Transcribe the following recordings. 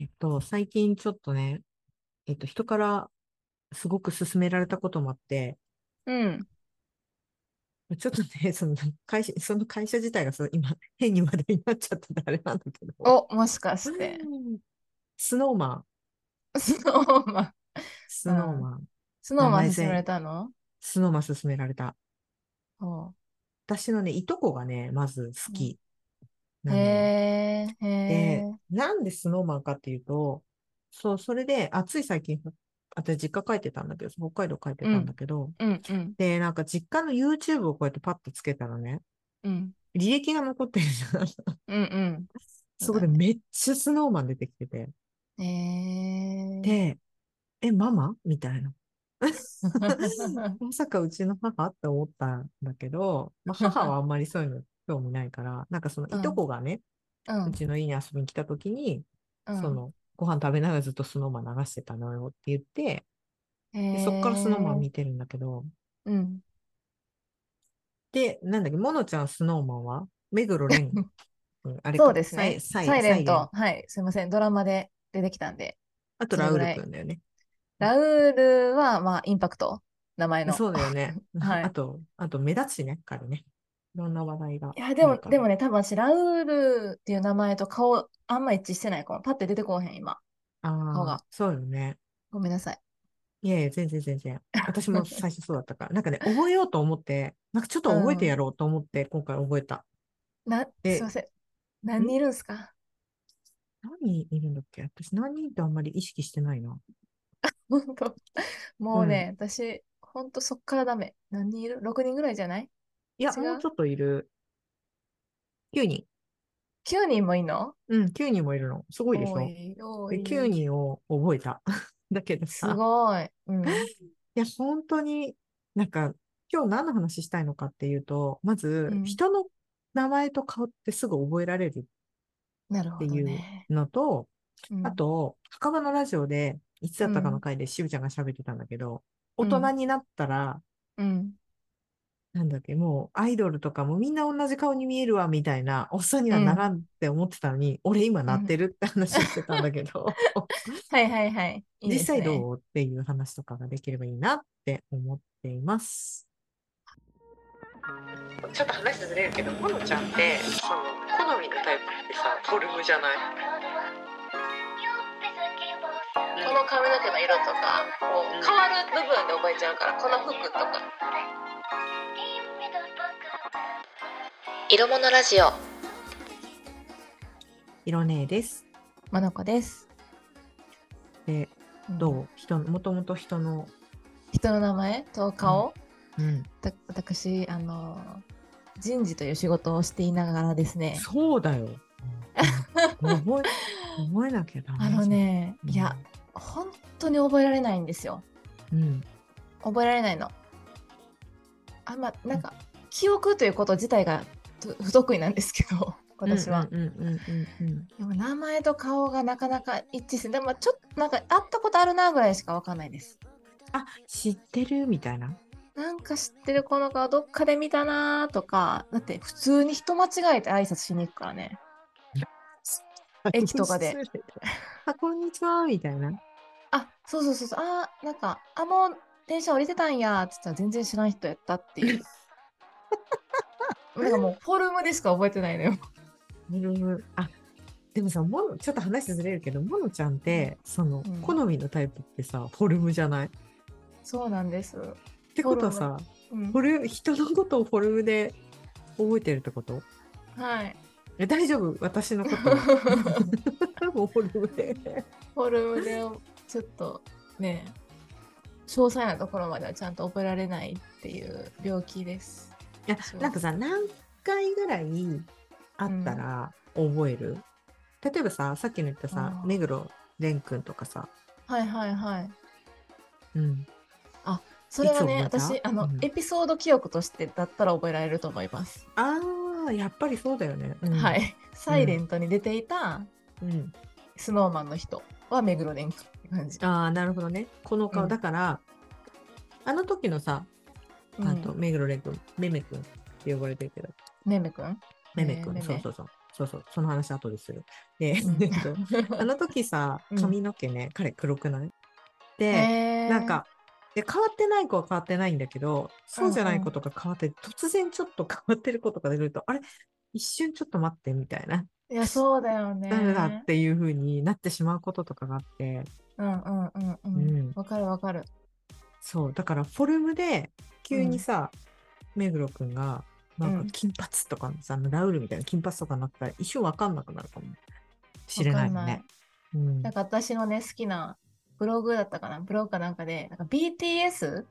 えっと、最近ちょっとね、えっと、人からすごく勧められたこともあって、うん。ちょっとね、その会社、その会社自体がその今、 変に話題になっちゃっててあれなんだけど、お、もしかして。スノーマン、スノーマン。スうノーん。マン、スノー名マン前勧められ全、たのスノーマン勧められた。ほ私のね、いとこがね、まず好う。きへなのよ。え、へで、え。なんでスノーマンかっていうと、そう、それで、あ、つい最近、私実家帰ってたんだけど、北海道帰ってうたんだん、けど、うん、うん、で、なんか実家の YouTube をこうやってパッとつけたらね、うん、履歴が残ってるじ ゃん。うん、うん。そうそこだでね。めっちゃスノーマン出てきてて。へえ。で、え、ママみたいな。まさかうちの母って思ったんだけど、まあ、母はあんまりそういうの興味ないから、 なんかそのういとん、こがね、 うう、んちの家に遊びに来た時に、う そん。の、ご飯食べながらずっとスノーマン流してたのよって言って、へで、そっからスノーマンえ。見てるんだけど、うん。で、なんだっけ、モノちゃんスノーマンは目黒 蓮、うんあれそうか、ですサイ、ね。サイ、サイレサインレン、ト。はい。すいません。ドラマで出てきたんで、あとそラのウーぐルらくい。んだよね。ラウールは、まあ、インパクト。名前の。そうだよね。 はあい。と、あと目立つしね、彼ね。いろんな話題がいや、であるも、かでら。もね、多分私、ラウールっていう名前と顔、あんま一致してないかも。パッて出てこうへん、今。顔ああ、が。そうよね。ごめんなさい。いやいや、全然全 然。私も最初そうだったから。なんかね、覚えようと思って、なんかちょっとう覚えてやん。ろうと思って、今回覚えた。な、すいまで、せん。ん何人いるんすか 何人いるんだっけ私何人ってあんまり意識してないな。本当。う。もうんね、私、本当そっからダメ。何人いる ?6 人ぐらいじゃないいや、違もうちうょっといる。9人。 ?9 人もいいのうん、9人もいるの。すごいでし多ょい、多で、9い。人を覚えた。 だけどすさ、ごい。うん。いや、本当に、なんか、今日何の話したいのかっていうと、まうず、ん。人の名前と顔ってすぐ覚えられるっなるてほどいうね。のと、うあん。と、墓場のラジオで、いつだうったかのん。回でしぶちゃんが喋ってたんだけど、う大人ん。になったら、うん。なんだっけ、もうアイドルとかもみんな同じ顔に見えるわ、みたいな、おっさんにう。はなんらんって思ってたのに、俺今うなってん。るって話してたんだけど、はいはいはい。いい実です際ね。どうっていう話とかができればいいなって思っています。ちょっと話ずれるけど、モノちゃんって、その、好みのタイプってさ、フォルムじゃないうんこの髪の毛の色とか、こうう、変んわる部分で覚えちゃうから、この服とか。色物ラジオ。色ねえです。まなこです。で、うん、どう人の、もともと人の、人の名前とうん、顔うん。た私、あのー、人事という仕事をしていながらですね。そうだよ。うん 覚え、覚えなきゃダメあのじゃん。ね、ういや、ん。本当に覚えられないんですよ。うん。覚えられないの。あんま、なんか、記憶ということ自体がと不得意なんですけど、うん私うは。んうんうんうんうん。でも名前と顔がなかなか一致して、でもちょっとなんか会ったことあるなぐらいしかわかんないです。あ、知ってるみたいな。なんか知ってるこの顔どっかで見たなーとか、だって普通に人間違えて挨拶しに行くからね。大駅変とか失で。礼だよ。 あ、こんにちは、みたいな。あ、そうそうそうそう、あー、なんか、あ、もう電車降りてたんやーって言ったら全然知らん人やったっていう。 なんかもうフォルムでしか覚えてないのよ。フォルムあ、でもさ、もの、ちょっと話ずれるけど、ものちゃんっうん、て、その、うん、好みのタイプってさ、フォルムじゃないそうなんです。ってフこォルとはム。さ、うフォん。ル、人のことをフォルムで覚えてるってことはい。え、大丈夫私のこと。 フもうフォルムで。ォルムでちょっとね、詳細なところまではちゃんと覚えられないっていう病気です。いや、私なんは。かさ、何回ぐらいあうったん。ら覚える例えばさ、さっきの言ったさ、目あ黒蓮くんとかさ、あ。はいはいはい。うん、あ、そいれつはね、覚えた私、あうの、ん。エピソード記憶としてだったら覚えられると思います。ああ、やっぱりそうだよね。うはん、い。うサイレん、ントに出ていたうん。スノーマンの人は目黒蓮君って感じ。ああ、なるほどね。このう顔。だん。から、あの時のさ、うあと、ん。目黒蓮くん、めめくんって呼ばれてるけど、めめ君めめえー、くん、めそうめ。そうそう。そうそう、その話後でする。で、 えっと、あうの時さう、ん髪の毛ね、彼黒くないん。で、へーなん、か、で変わってない子は変わってないんだけど、そうじゃない子とか変わって、突然ちょっと変わってる子とか出ると、あれ一瞬ちょっと待ってみたいな、いや、そうだよね。誰だっていう風になってしまうこととかがあって、うんうんうんう。うんんわかるわかる。そう、だからフォルムで急にさ、目黒くんが、なんうんか金髪とかのさ、ラウールみたいな金髪とかになったら一瞬わかんなくなるかもしれないよわかんね。うんなんか私のね、好きなブログだったかな、ブログかなんかで、なんか BTS?BTS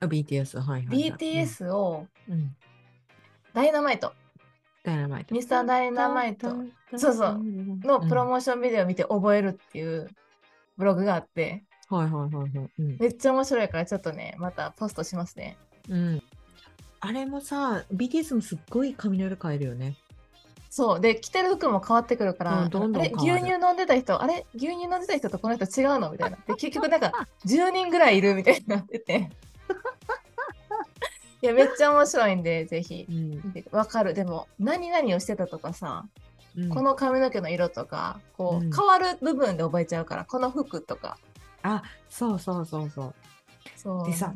あ BTS、はいはい、はい。を、うん。うん。ダイナマイトダイナマイト。ミスターダイナマイトそうそうのプロモーションビデオを見て覚えるっていうブログがあって、うんはいはいはいはい。うんめっちゃ面白いから、ちょっとね、またポストしますね。うん。あれもさ、BTS もすっごい髪の色変えるよね。そう。で、着てる服も変わってくるから、うんどんどんあれ、変わ牛る乳飲んでた人、あれ、牛乳飲んでた人とこの人違うのみたいな。で、結局なんか、10人ぐらいいるみたいになってて。いや、めっちゃ面白いんで、ぜひ。うん。見てわかる。でも、何々をしてたとかさ、この髪の毛の色とか、こう、うん変わる部分で覚えちゃうから、この服とか。あ、そうそうそうそそう。でさ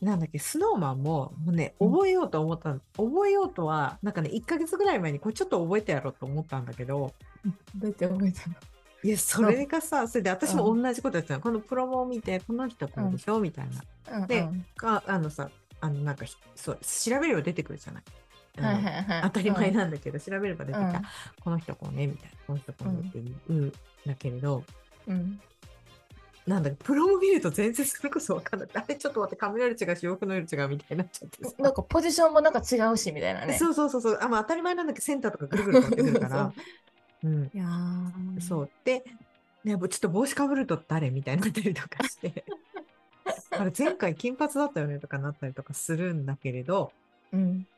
う。なんだっけ、スノーマンも、もうね、うん覚えようと思ったの。覚えようとは、なんかね、1ヶ月ぐらい前に、これちょっと覚えてやろうと思ったんだけど、どうやって覚えたのいや、それがさ、それで私もう同じことやってたの。このプロモを見て、この人これでしょみたいな。うんうんでか、あのさ、あの、なんかひ、そう、調べれば出てくるじゃない。あのはいはいはい。当たり前うんなんだけど、調べれば出てきた。この人こうね、みたいな。この人こうねって言うんだけれど、うんうんなんだろうプロも見ると全然それこそ分かんない。あれちょっと待って、髪の色違うし、洋服の色違うみたいになっちゃってさなんかポジションもなんか違うしみたいなね。そうそうそうそう。あ、まあ当たり前なんだけど、センターとかぐるぐる変わってくる から。うん。いやーそう。で、ね、ぼちょっと帽子かぶると誰みたいになったりとかして。 あれ前回金髪だったよねとかなったりとかするんだけれど、うん。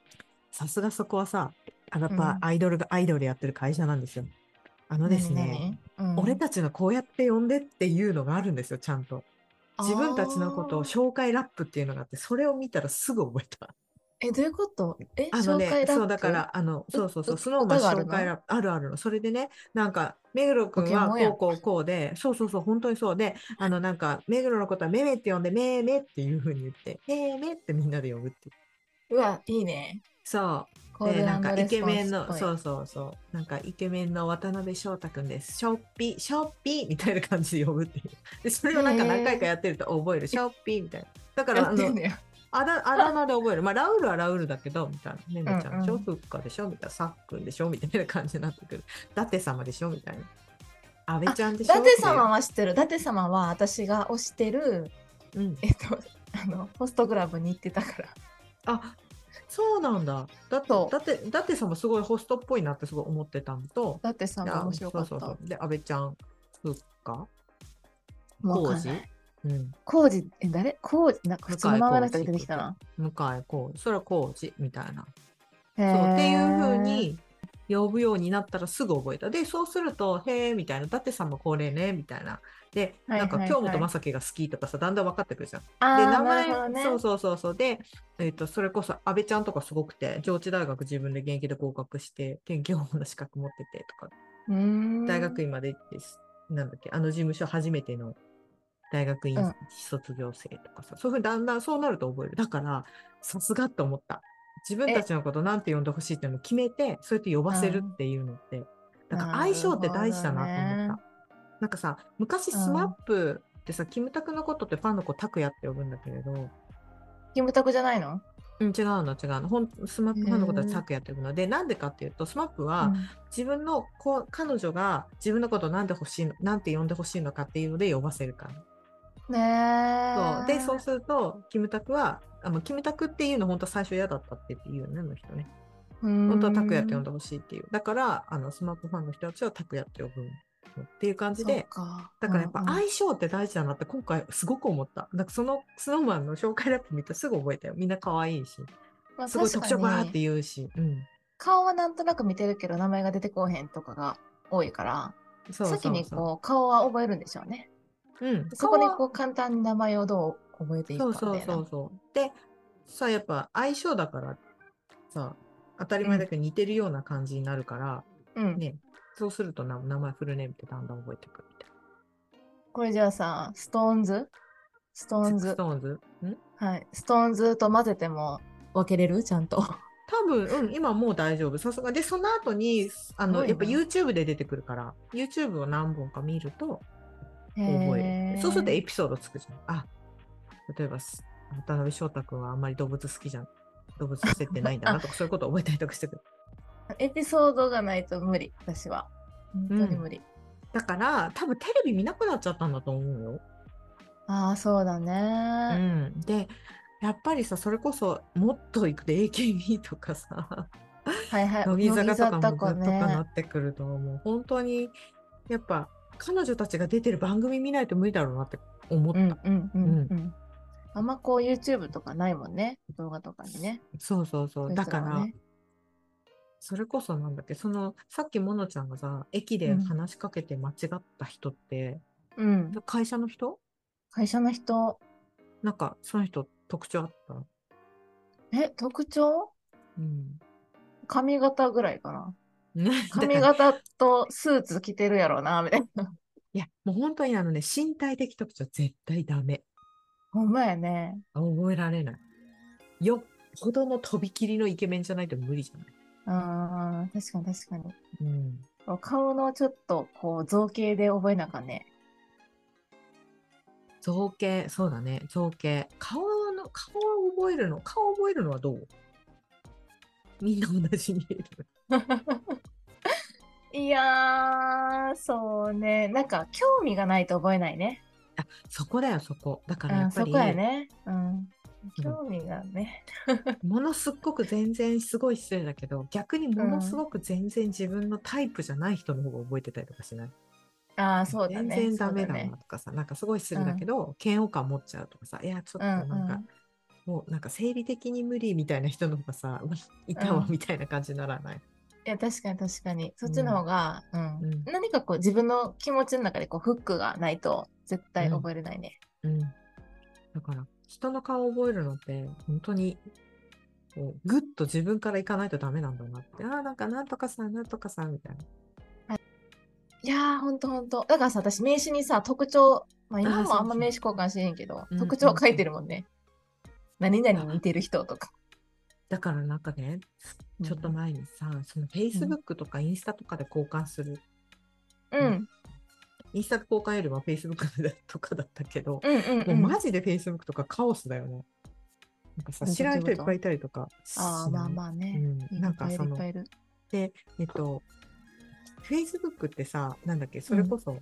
さすがそこはさ、あやっうぱんアイドルがアイドルやってる会社なんですよ。あのですね、何々。うん俺たちがこうやって呼んでっていうのがあるんですよ、ちゃんと。自分たちのことをあー紹介ラップっていうのがあって、それを見たらすぐ覚えた。え、どういうことえ、あの紹介ね、ラッそうプだから、あの、そうそうそうう、スノーマン歌がある紹の介ラップ、あるあるの。それでね、なんか、目黒くんはこポケモンやうこうこうで、そうそうそう、本当にそうで、あの、なんか、目黒のことはめめって呼んで、めめっていうふうに言って、めめってみんなで呼ぶっていう。うわ、いいね。そコう。ーで、ルなアんンドか、レイスポケンスっぽいメンの、そうそうそう、なんか、イケメンの渡辺翔太くんです。ショッピー、ショッピーみたいな感じで呼ぶっていう。で、それをなんか何回かやってると覚える。ショッピーみたいな。だから、やあってのん、だよ。あだあだ名で覚える。まあ、ラウールはラウールだけど、みたいな。ねねちゃんでしょ、うんうんふっかでしょみたいな。さっくんでしょみたいな感じになってくる。舘様でしょみたいな。阿部ちゃんで 伊しょ達様は知ってる。伊達様は私が推してる、っていううん。えっと、あの、ホストクラブに行ってたから。あそうなんだ。だってそう、だって、舘様すごいホストっぽいなってすごい思ってたのと、伊達様で面白かった。そうそうそう。で、阿部ちゃん、ふっか、もうわ浩かん二ない。うん。工事、え、誰工事、なんか普通の名前の人が出てきたな。向井浩二、それは浩二みたいな。そうそうっていう風。に呼ぶようになったらすぐ覚えた。で、そうすると、へえ、みたいな、舘様これね、みたいな。で、はいなんか、はい京はい本正樹が好きとかさ、だんだん分かってくるじゃん。で、あ名ーなるほど前、ね、そうそうそうそう。で、えっ、と、それこそ、安倍ちゃんとかすごくて、上智大学自分で現役で合格して、県警本の資格持っててとか、うーん大学院まで行ってす、なんだっけ、あの事務所初めての大学院うん卒業生とかさ、そういうふうにだんだんそうなると覚える。だから、さすがって思った。自分たちのことなんて呼んでほしいっていうのを決めて、そうやって呼ばせるっていうのって、だから相性って大事だなと思なるった。ほどねなんかさ、昔うんスマップってさ、キムタクのことってファンの子タクヤって呼ぶんだけれど、キムタクじゃないのうん、違うの違うの。ほんスマップファンのことはタクヤって呼ぶので、なんでかっていうと、スマップは、自分のこ彼女が自分のことをなんで欲しいのなんて呼んでほしいのかっていうので呼ばせるから。ねえそうでそうするとキムタクはあのキムタクっていうの本当は最初嫌だったって言うよねあの人ね。本本当はタクヤって呼んでほしいっていう。だからあのスマートファンの人たちはタクヤって呼ぶのっていう感じで。だからやっぱ相性って大事だなって今回すごく思った。なんかそのスノーマンの紹介ラップ見たらすぐ覚えたよ。みんな可愛いし、すごい特徴バーって言うし。うん。顔はなんとなく見てるけど名前が出てこうへんとかが多いからそうそうそう。先にこう顔は覚えるんでしょうねうん。そこで顔はこう簡単に名前をどう覚えていそくうかそうみたいそなうそう。で、さ、やっぱ相性だからさ、当たり前だけど似てるような感じになるから、うん。ね、そうするとな名前フルネームってだんだん覚えてくるみたいこれじゃあさ、ストーンズストーンな。ズス。トーンズんはい。ストーンズと混ぜても分けれるちゃん と。多分、うん、今もう大丈夫。さすが。で、その後に、あすごいの、ねやっぱ YouTube で出てくるから、YouTube を何本か見ると覚えへる。ーそうするとエピソードつくじゃん。あ、例えば、す渡辺翔太君はあんまり動物好きじゃん。動物設定ないんだなとか、そういうことを覚えたりとかしてくる。エピソードがないと無理、私は。本当に無理。だから、多分テレビ見なくなっちゃったんだと思うよ。ああ、そうだうね。ん、でやっぱりさそれこそもっといくで AKB とかさはいはい。乃木坂とかもぐ乃木っとかなね。ってくるともう本当にやっぱ彼女たちが出てる番組見ないと無理だろうなって思った、うんうんうんうん。あんまこう YouTube とかないもんね。動画とかにね。そうそうそうそういうだ人からはねそれこそなんだっけそのさっきものちゃんがさ駅でうん話しかけて間違った人って、うん。会社の人会社の人。なんかその人特徴あった、え、特徴うん、髪型ぐらいかな。髪髪型とスーツ着てるやろうな、みたいな。いやもう本当にあのね身体的特徴絶対ダメほんまやね。覚えられない。よっぽどのとびきりのイケメンじゃないと無理じゃない。ああ、確かに確かに。うん、顔のちょっとこう造形で覚えなあかんね。造形、そうだね、造形。顔の、顔を覚えるの、顔を覚えるのはどうみんな同じに見える。 いやー、そうね。なんか興味がないと覚えないね。あ、そこだよ、そこ。だからやうん、っぱそり、こやね。うん。うん興味がね。ものすっごく全然すごい失礼だけど、逆にものすごく全然自分のタイプじゃない人の方が覚えてたりとかしない、ああ、そうだね。全然ダメだそうなとかさ、なんかすごい失礼だけど、嫌悪感持っちゃうとかさ、いや、ちょっとだなねんうんか、うん。もうなんか生理的に無理みたいな人の方がさ、 うわいたわうんみたいな感じにならない。いや、確かに確かに。そっちの方が、うん。うん何かこう自分の気持ちの中でこうフックがないと絶対覚えれないね。うん。だから、人の顔を覚えるのって、本当に、こうぐっと自分から行かないとダメなんだなって。ああ、なんかなんとかさん、なんとかさんみたいな。いやー、ほんとほんと。だからさ、私名刺にさ、特徴、まあ今あーそうもあんま名刺交換しへんけどう、ん特徴書いてるもんね。何々に似てる人とか。だからなんかね、ちょっと前にさ、その Facebook とかインスタとかで交換する。うん。インスタで交換よりは Facebook とかだったけど、うんうんうん。もうマジで Facebook とかカオスだよね。なんかさ、どういうこと知らない人いっぱいいたりとかしない。ああ、まあまあうね。ん、いっなんぱかいいそるいっのぱいいる。で、えっと、Facebook ってさ、なんだっけ、それこそ、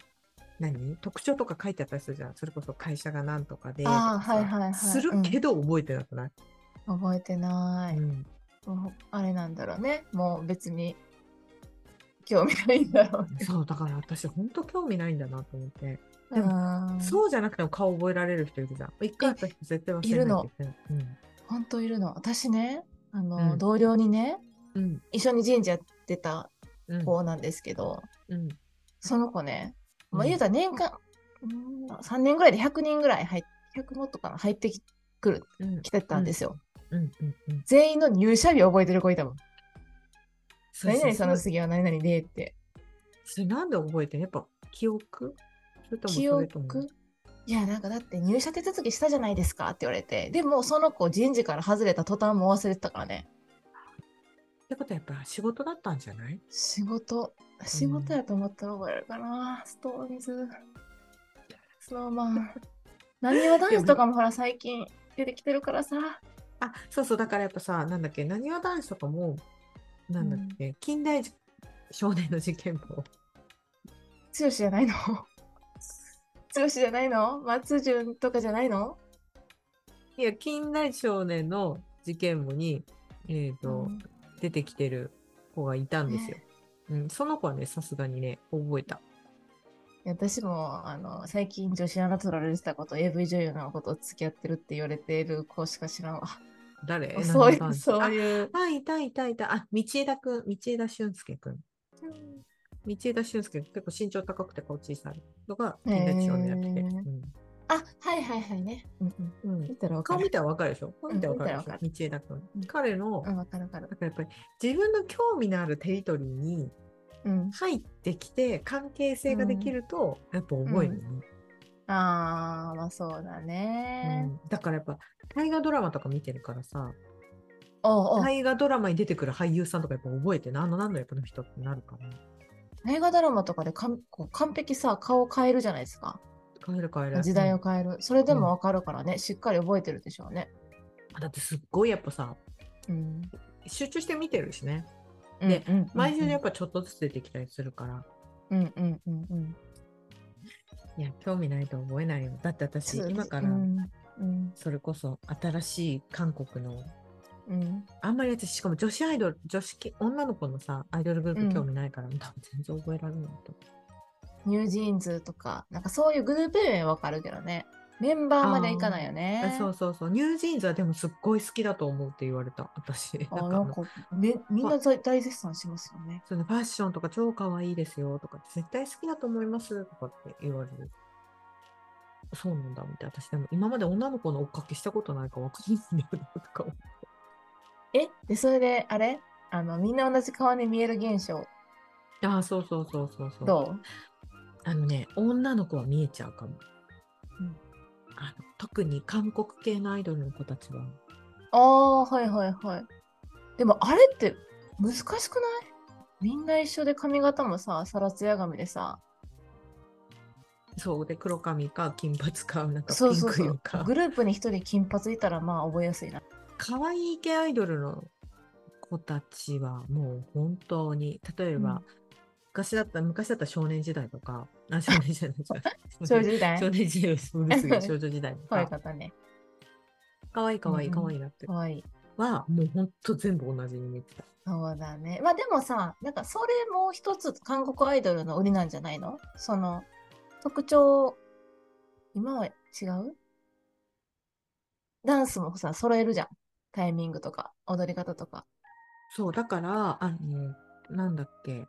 何特徴とか書いてあったりするじゃん。それこそ会社がなんとかでとあーかさはいはいはいするけど覚えてなくない、覚えてなうい。んもうあれなんだろうね。もう別に興味ないんだろうね。そう、だから私、ほんと興味ないんだなと思って。でももそうじゃなくても顔覚えられる人いるじゃん。一回会った人絶対忘れないって言ってる本当いるの。私ね、あの、うん同僚にね、うん。一緒に神社やってたうん。うん。子なんですけど、うん。その子ね、まうあ、ん言うたら年間、うん、3年ぐらいで100人ぐらい入っ100もっとかな入ってきくるうん来てたんですよ、うん。うん。うん。全員の入社日覚えてる子いたもん。そう何そう々さんの次は何々でって。それなんで覚えてんのやっぱ記憶それとも記それとも憶いや、なんかだって入社手続きしたじゃないですかって言われて。でもその子人事から外れた途端もう忘れてたからね。ってことはやっぱ仕事だったんじゃない仕事、仕事やと思ったら覚えられるかな。ストーンズ、スノーマ ン。なにわ男子とかもほら最近出てきてるからさ。あそうそうだからやっぱさなんだっけなにわ男子とかもなんだっけ、近代少年の事件簿剛じゃないの剛じゃないの松潤とかじゃないの いや近代少年の事件簿に、えーとうん出てきてる子がいたんですよ、うん、その子はねさすがにね覚えたいや私もあの最近女子アナ取られてたこと AV 女優のこと付き合ってるって言われてる子しか知らんわ。誰そういなにわう、男子そういう。ああいたいたいたあ道枝くん道枝俊介くん道枝俊介結構身長高くて顔小さいのが近代少年やってて、へーあ、はいはいはいね。うんうんうんうん見たらわか顔見る。たらわかるでしょ顔見たらわかるうん見たらわでしょ道枝くうんん。彼の、うん、わかるわかるだ。からやっぱり自分の興味のあるテリトリーにうん。入ってきて関係性ができると、やっぱ覚えるよね、ああ、まあそうだうね。んだからやっぱ大河ドラマとか見てるからさおうおう、大河ドラマに出てくる俳優さんとかやっぱ覚えてなあの何の役の人ってなるから映画ドラマとかでかんこう完璧さ、顔変えるじゃないですか。変える変える時代を変える。それでもわかるからね、しっかり覚えてるでしょうね。うんだってすっごいやっぱさうん。集中して見てるしねねでうん、毎週うんやっぱちょっとずつ出てきたりするから、うんうんうんうん。いや興味ないと覚えないよだって私そう今からうんうんそれこそ新しい韓国のうん。あんまり私しかも女子アイドル女子系女の子のさアイドルグルーうんプ興味ないから、多分全然覚えられないとニュージーンズとか、なんかそういうグループ名はわかるけどね。メンバーまでいかないよ思う、ね。そうそうそうニュージーンズはでもすっごい好きだと思うって言われた私あなんかなあんのかめみんな大大絶賛しますよね。そのファッションとか超可愛いですよとかって絶対好きだと思いますとかって言われるそうなんだみたいな私でも今まで女の子の追っかけしたことないから分かんないんだよなとか思うえで、それで、あれあの、みんな同じ顔に見える現象、ああそうそうそうそうそうどあのね、女の子は見えちゃうかも。うんあの特に韓国系のアイドルの子たちは。うああー、はいはいはい。でも、あれって難しくないみんな一緒で髪型もさ、さらつや髪でさ、そうで、黒髪か金髪か、なんかそピうンそうクそ色うか。。グループに一人金髪いたら、まあ、覚えやす いな。可愛い系アイドルの子たちはもう本当に、例えば、うん昔だった昔だったら少年時代とか、あ少年時代じゃない少女時代少年時代ですぐすぐ少女時代と可愛かかったね。可愛い可愛いうんうん可愛いなって可愛い。はもう本当全部同じに見えてた。そうだね。まあでもさ、なんかそれも一つ韓国アイドルの売りなんじゃないのその特徴、今は違うダンスもさ、揃えるじゃん。タイミングとか、踊り方とか。そう、だから、あの、なんだっけ。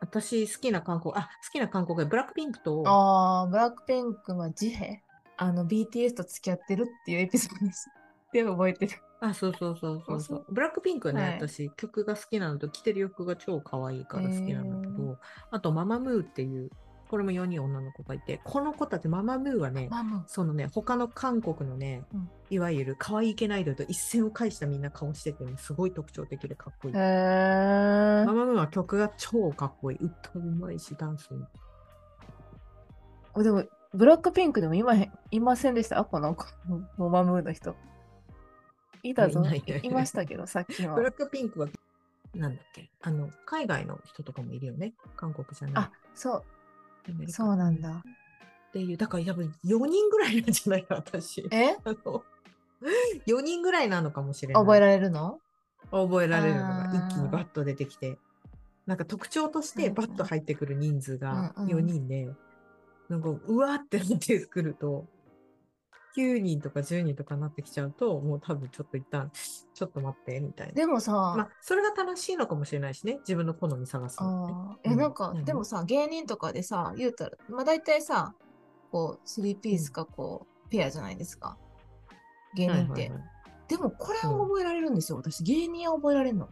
私、好きな韓国、あ、好きな韓国でブラックピンクと、ああ、ブラックピンクは自閉あの、BTS と付き合ってるっていうエピソードです。で覚えてる。あ、そうそうそうそうそそうう。ブラックピンクね、はい私、曲が好きなのと、着てる洋服が超可愛いから好きなんだけど、あと、ママムーっていう、これも4人女の子がいて、この子たち、ママムーはね、マム。そのね、他の韓国のね、うんいわゆる可愛い系ないドルと一線を介したみんな顔しててね、すごい特徴的でかっこいい。へマえ。マムーは曲が超かっこいい。歌うまいし、ダンスも。あでも、ブラックピンクでも今へんいませんでした。あ、この、このモマムーの人。いたぞ。いないいねいましたけど、さっきは ブ。ラックピンクは、なんだっけ、あの、海外の人とかもいるよね。韓国じゃないあ。、そアメリう、カそうなん。っだ。ていう、だから多分4人ぐらいなんじゃないか、私。えあの4人ぐらいなのかもしれない。覚えられるの覚えられるのあがー一気にバッと出てきて。なんか特徴としてうんうバんッと入ってくる人数がうんうん4人で、なんかうわーってなってくると、9人とか10人とかなってきちゃうと、もう多分ちょっと一旦、ちょっと待って、みたいな。でもさ、まあ、それが楽しいのかもしれないしね、自分の好み探すのね、あーうえんなんか、何でもさ、芸人とかでさ、言うたら、まあ大体さ、こう、スリーピースか、こう、ペアじゃないですか。芸人って。はいはいはいでも、これを覚えられるんですよ。私、芸人は覚えられるの。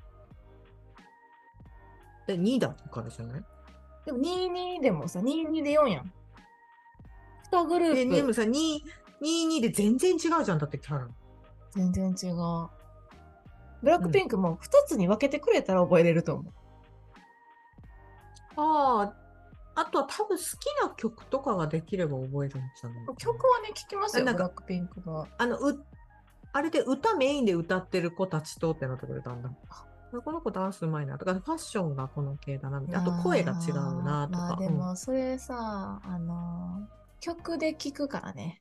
で2だからじゃないでも、22でもさ、22で4やん。2グルでープで。もさ2 22で全然違うじゃんだってキャラ全然違う。ブラックピンクも2つに分けてくれたら覚えれると思う。あああとは多分好きな曲とかができれば覚えるんじゃないかな曲はね、聞きますよ、あブなんかラックピンクの。あのうあれで歌メインで歌ってる子たちとってなってくれたんだこの子ダンスうまいなとかファッションがこの系だなみたいなあと声が違うなとか、まあでうんも、それさ、あのー、曲で聞くからね。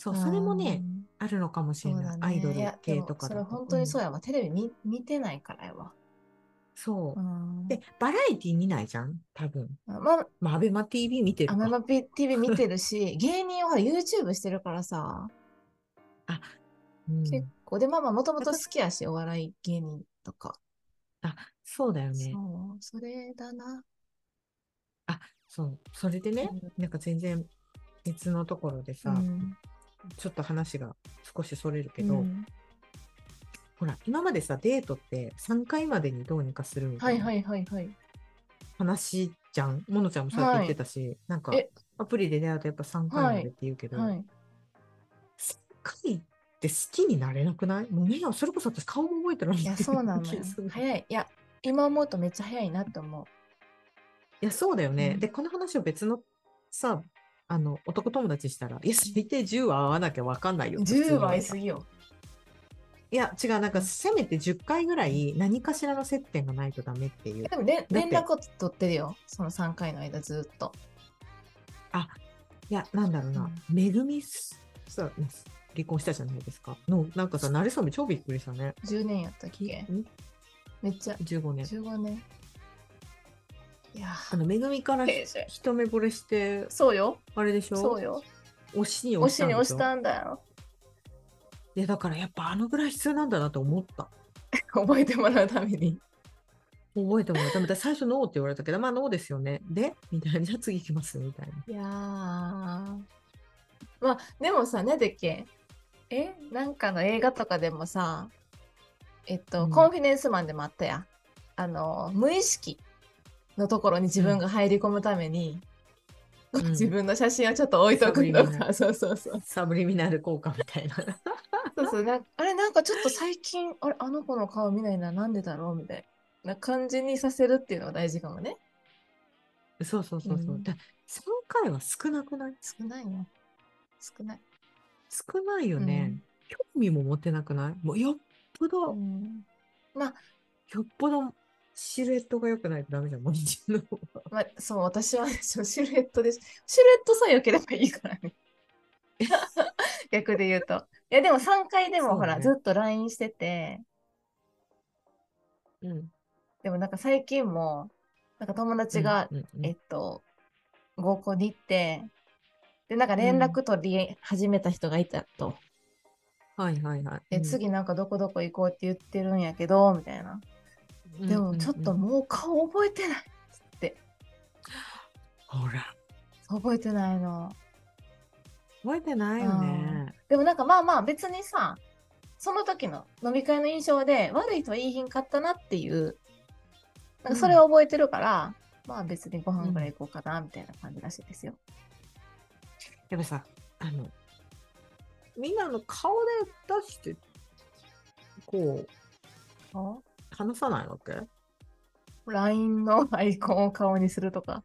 そうそれもねうん、あるのかもしそれうなだいね。アイドルいや系とかでだもとそれ本当にそううんやわ。テレビ見見てないからやわ。、そううんでバラエティ見ないじゃん多分まあ、まあアベマ TV 見てるアかママ TV 見て るし、芸人はほら YouTube してるからさ、うん結構。で、まあまあ、もともと好きやし、お笑い芸人とか。そうだよねそう、それだな。そうそれでねなんか全然別のところでさ、うんちょっと話が少しそれるけど、うんほら、今までさ、デートって3回までにどうにかするみたはいいなはいはいはい。話じゃん。ものちゃんもそうやって言ってたし、なんかえ、アプリで出会うとやっぱ3回までって言うけど、はい。 3回って好きになれなくないもう目が、それこそ私顔も覚えてないいや、そうな のよ気する。早い。いや、今思うとめっちゃ早いなって思う。いや、そうだよね。うんで、この話を別のさ、あの、男友達にしたら、いや、最低10は合わなきゃ分かんないよ。 10倍いすぎよ。いや、違う、なんか、せめて10回ぐらい何かしらの接点がないとダメっていう。でも連だっ連て絡を取ってるよ。その3回の間ずっと。いや、なんだろうな、めぐみすさ、離婚したじゃないですか。の、なんかさ、なれそめ超びっくりしたね。 10年やったっきけんめっちゃ。 15年。 15年。いやあの、めぐみからー、青春一目惚れして、そうよ。あれでしょそうよ。推しに押押ししたんにで押しょしたんだよ。いや、だからやっぱあのぐらい必要なんだなと思った。覚えてもらうために。覚えてもらうためだ最初ノーって言われたけど、まあノーですよね。でみたいな。じゃあ次行きますみたいな。いやー。まあ、でもさ、なんだっけえなんかの映画とかでもさ、えっと、うんコンフィデンスマンでもあったやん。あの、無意識のところに自分が入り込むために、こううん自分の写真をちょっと置いとサブくとリミナか、そうそうそう。サブリミナル効果みたいな。そうそうなんかあれ、なんかちょっと最近、あれ、あの子の顔見ないな、なんでだろうみたいな感じにさせるっていうのが大事かもね。そうそうそうそう。うんだ3回は少なくない少ないな。少ない。少ないよね。うん興味も持てなくないもうよっぽど、うんよっぽどシルエットが良くないとダメじゃん、もう一度。まあ、そう、私はね そうシルエットです。シルエットさえ良ければいいからね。 逆で言うと。いや、でも3回でもそうほねら、ずっと LINE してて、うん。でもなんか最近も、なんか友達が、うんうんえっと、合コンに行って、で、なんか連絡取り始めた人がいたと。はいはいはい。で、次なんかどこどこ行こうって言ってるんやけど、みたいな。うん、でもちょっとうんうんうんもう顔覚えてない。ほら、覚えてないの。覚えてないよね。でもなんかまあまあ別にさ、その時の飲み会の印象で悪いとはいい品買ったなっていう、なんかそれを覚えてるから、まあ別にご飯ぐらい行こうかなみたいな感じらしいですよ。やっぱさ、あの、みんなあの顔で出して、こう、あ話さないわけ LINE のアイコンを顔にするとか。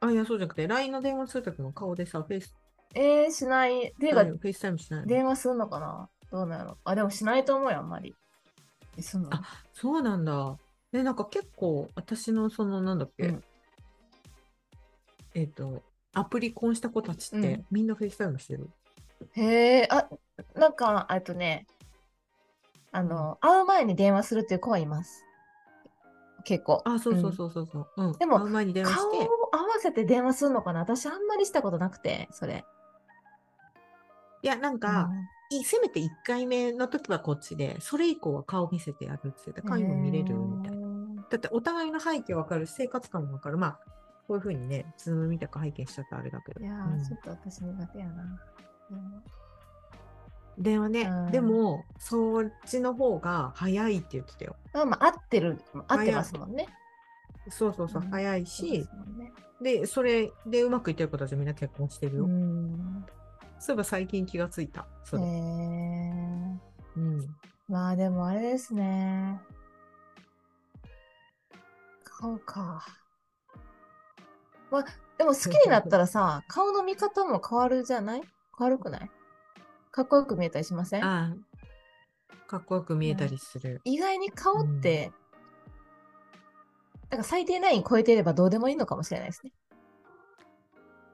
あ、いや、そうじゃなくて、LINE の電話するときも顔でさ、フェイス、えー、しない。ていうあかの、フェイスタイムしないの電話するのかなどうなのあ、でもしないと思うよ、あんまり。えすんのあそうなんだ。で、なんか結構、私のその、なんだっけ、うんえっ、と、アプリ婚した子たちっうてん、みんなフェイスタイムしてる。へえ、あ、なんか、えっとね、あの、会う前に電話するっていう子はいます。結構。あ、そうそううんそうそうそう。うん。でも会う前に電話顔しをて、合わせて電話するのかな私あんまりしたことなくて、それ。いや、なんか、いせめて1回目の時はこっちで、それ以降は顔見せてやるって言って、うん顔も見れるみたいな。な。だって、お互いの背景わかるし、生活感もわかる。まあ、こういうふうにね、ズームみたく拝見しちゃったらあれだけど。いやー、うんちょっと私苦手やな。うん電話ね、うんでも、そっちの方が早いって言ってたよ。まあまあ、合ってる、合ってますもんね。そうそうそう、うん早いそうでしす、もんねで、それでうまくいってる子たちみんな結婚してるよ。うん。そういえば最近気がついた。それ。えーうん。まあでもあれですね。顔か。まあでも好きになったらさ、顔の見方も変わるじゃない変わるくないかっこよく見えたりしませんああ。かっこよく見えたりする。意外に顔って、なんか最低ライン超えていればどうでもいいのかもしれないですね。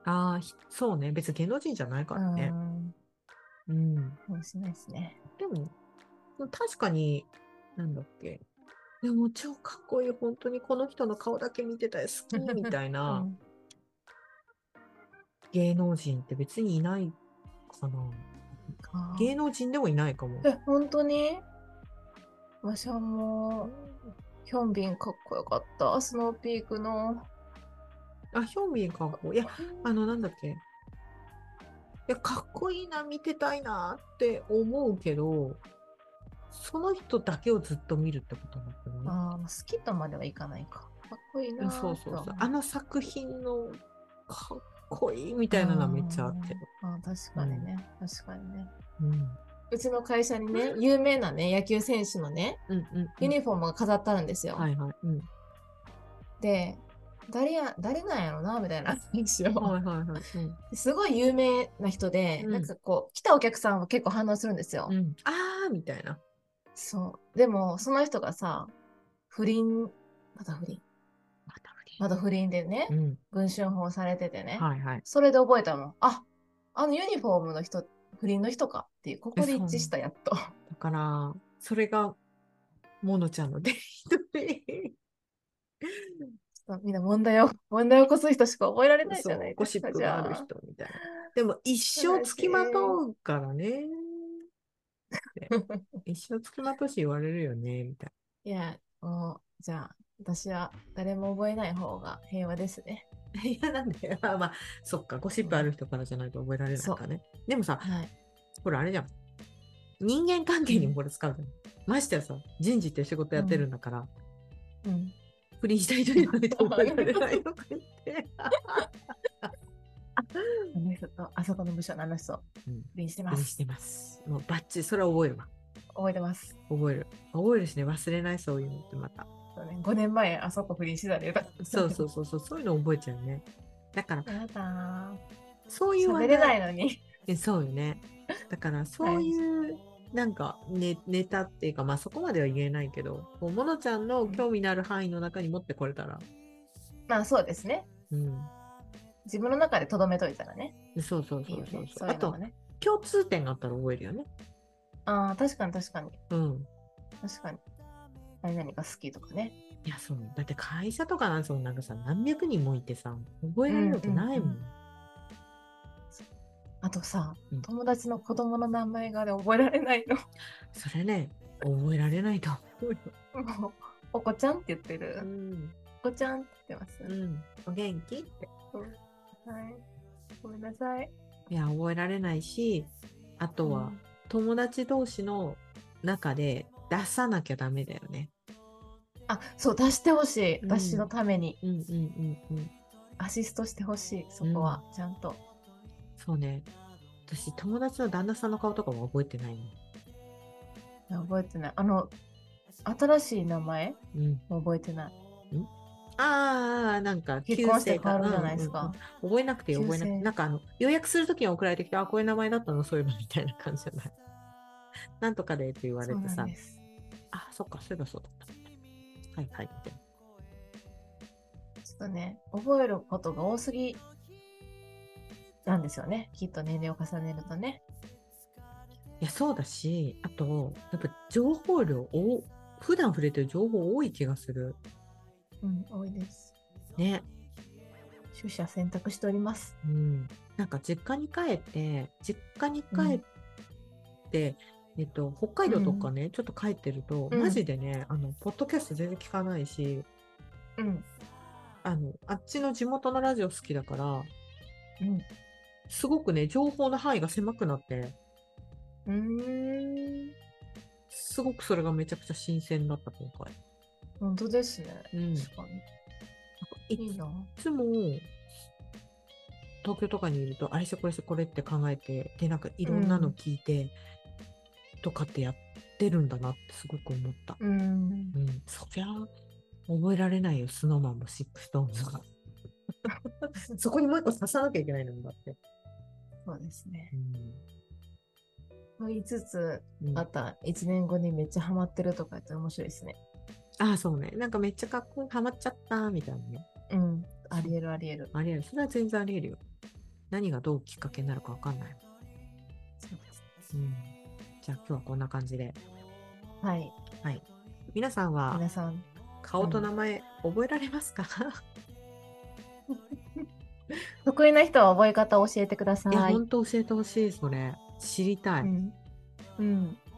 ああ、ひそうね。別に芸能人じゃないからねう。ん。うん。かもしれないですね。でも、確かに、なんだっけ。でも超かっこいい。本当にこの人の顔だけ見てたい。好きみた いうなん芸能人って別にいないかな。か芸能人でもいないかも。え、本当にわしはもう、ヒョンビンかっこよかった。スノーピークの。あ、ヒョンビンかっこいい。いや、あの、なんだっけ。いや、かっこいいな、見てたいなって思うけど、その人だけをずっと見るってことになってるね。ああ、好きとまではいかないか。かっこいいなーそうそうとはそ思う。あの作品のかっこいいみたいなのはめっちゃあってる。あー確かにね、確かにね。うん。うちの会社にね、有名なね、野球選手のね、うんうんうんユニフォームが飾ってあるんですよ。はいはい。うん。で、誰や、誰なんやろな、みたいな話を。はいはいはい。うんすごい有名な人で、うんなんかこう、来たお客さんは結構反応するんですよ。うん、あーみたいな。そう。でも、その人がさ、不倫、また不倫、また不倫また不倫でね、うん。文春法されててね、はいはい。それで覚えたもん。あ、あのユニフォームの人、不倫の人かっていう、ここで一致した、やっと。だから、それが、モノちゃんのデートで、 そうみんな問題を、問題を起こす人しか覚えられないじそゃなういゴでシすッか。プじゃがあある人みたいな。でも、一生つきまとうからね。一生つきまとうし言われるよね、みたい いや、もう、じゃあ、私は誰も覚えない方が平和ですね。な。 いや、なんで、あまあ、そっか、ゴシップある人からじゃないと覚えられないからね。でもさ、はい。ほら、あれじゃん。人間関係にもこれ使うじゃん。ましてやさ、人事って仕事やってるんだから、うん。不倫した人に言われて覚えられないとか 言って。あの人と、あそこの部署のあの人、うん不倫して気まにす。してます。もうバッチリ、それは覚えるわ。覚えてます。覚える。覚えるしね、忘れない、そういうのってまた。そうね、5年前、あそこ不倫してたで、そうそうそうそう、そういうの覚えちゃうね。だから、やだそういー。う喋れないいのに。そうよね。だから、そういう、なんか、ね、ネタっていうか、まあそこまでは言えないけど、こうモノちゃんの興味のある範囲の中に持ってこれたら、まあそうですね。うん。自分の中でとどめといたらね。でそうそういそいうよそうね。そ。そうういあうのとも、ね。共通点があったら覚えるよね。ああ、確かに確かに。うん。確かに。何々が好きとかね。いや、そう。だって会社とかなんそのなんかさ、何百人もいてさ、覚えられることないもん。うんうんあとさ、うん友達の子供の名前がね、覚えられないの。 それね、覚えられないと思うよ。もうお子ちゃんって言ってる。ん。お子ちゃんって言ってます。うん。お元気って。はい。ごめんなさい。いや、覚えられないし、あとは、友達同士の中で出さなきゃダメだよね。あ、そう、出してほしい。うん私のために。うんうんうんうん。アシストしてほしい。そこは、ちゃんと。そうね。私、友達の旦那さんの顔とかも覚えてないの。いや覚えてない。あの、新しい名前うん。も覚えてない。ああ、なんか、結婚して旧姓変わるじゃないでうんすうんか。うん覚えなくていい旧覚え姓なくていい。なんかあの、予約するときに送られてきて、あ、こういう名前だったの、そういえば、みたいな感じじゃない。 なんとかでって言わそれうてなさんで、す。あ、そっか、そういえばそうだった。はいはい、みたいな。ちょっとね、覚えることが多すぎなんですよね。きっと年齢を重ねるとね。いや、そうだし、あと、やっぱ情報量を、普段触れてる情報多い気がする。うん、多いです。ね。取捨選択しております。うん。なんか実家に帰って、実家に帰って、えっと、北海道とかね、ちょっと帰ってると、うんマジでね、あの、ポッドキャスト全然聞かないし、うん。あの、あっちの地元のラジオ好きだから、うん。すごくね、情報の範囲が狭くなって、うーん。すごくそれがめちゃくちゃ新鮮だった、今回。本当ですね。うん。確かに。いいな。いつも東京とかにいるとあれしてこれしてこれって考えてでなんかいろんなの聞いて、とかってやってるんだなってすごく思った、うーん。うんそりゃ覚えられないよスノーマンもシックストーンズが そこにもう一個刺さなきゃいけないのにだって、そうですね。うと言いつつ、んうんまあた1年後にめっちゃハマってるとかやって面白いですね。あそうねなんかめっちゃかっこよくハマっちゃったみたいなねうん。ありえるありえる。ありえるそれは全然ありえるよ何がどうきっかけになるかわかんないもそうですん、うん、じゃあ今日はこんな感じではい。皆さんは皆さん、顔と名前覚えられ ますか、得意な人は覚え方を教えてくださいやい。本当教えてほしいそれ知りたい、ううんん。う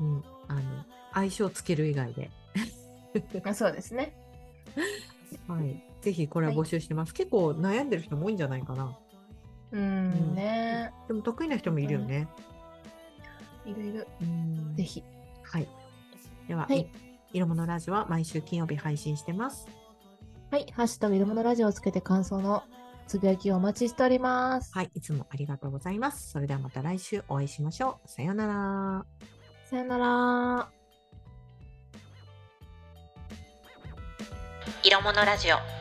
ん。あの相性つける以外で、あそうですね。はい、ぜひこれは募集してます、結構悩んでる人も多いんじゃないかなううんん。ねでも得意な人もいるよね、いろいろ、うんぜひ。はいでは、はい色物ラジオは毎週金曜日配信してます。はい。ハッシュタグ、いろものラジオをつけて感想のつぶやきをお待ちしております。はい、いつもありがとうございます。それではまた来週お会いしましょう。さようなら。さよなら。色物ラジオ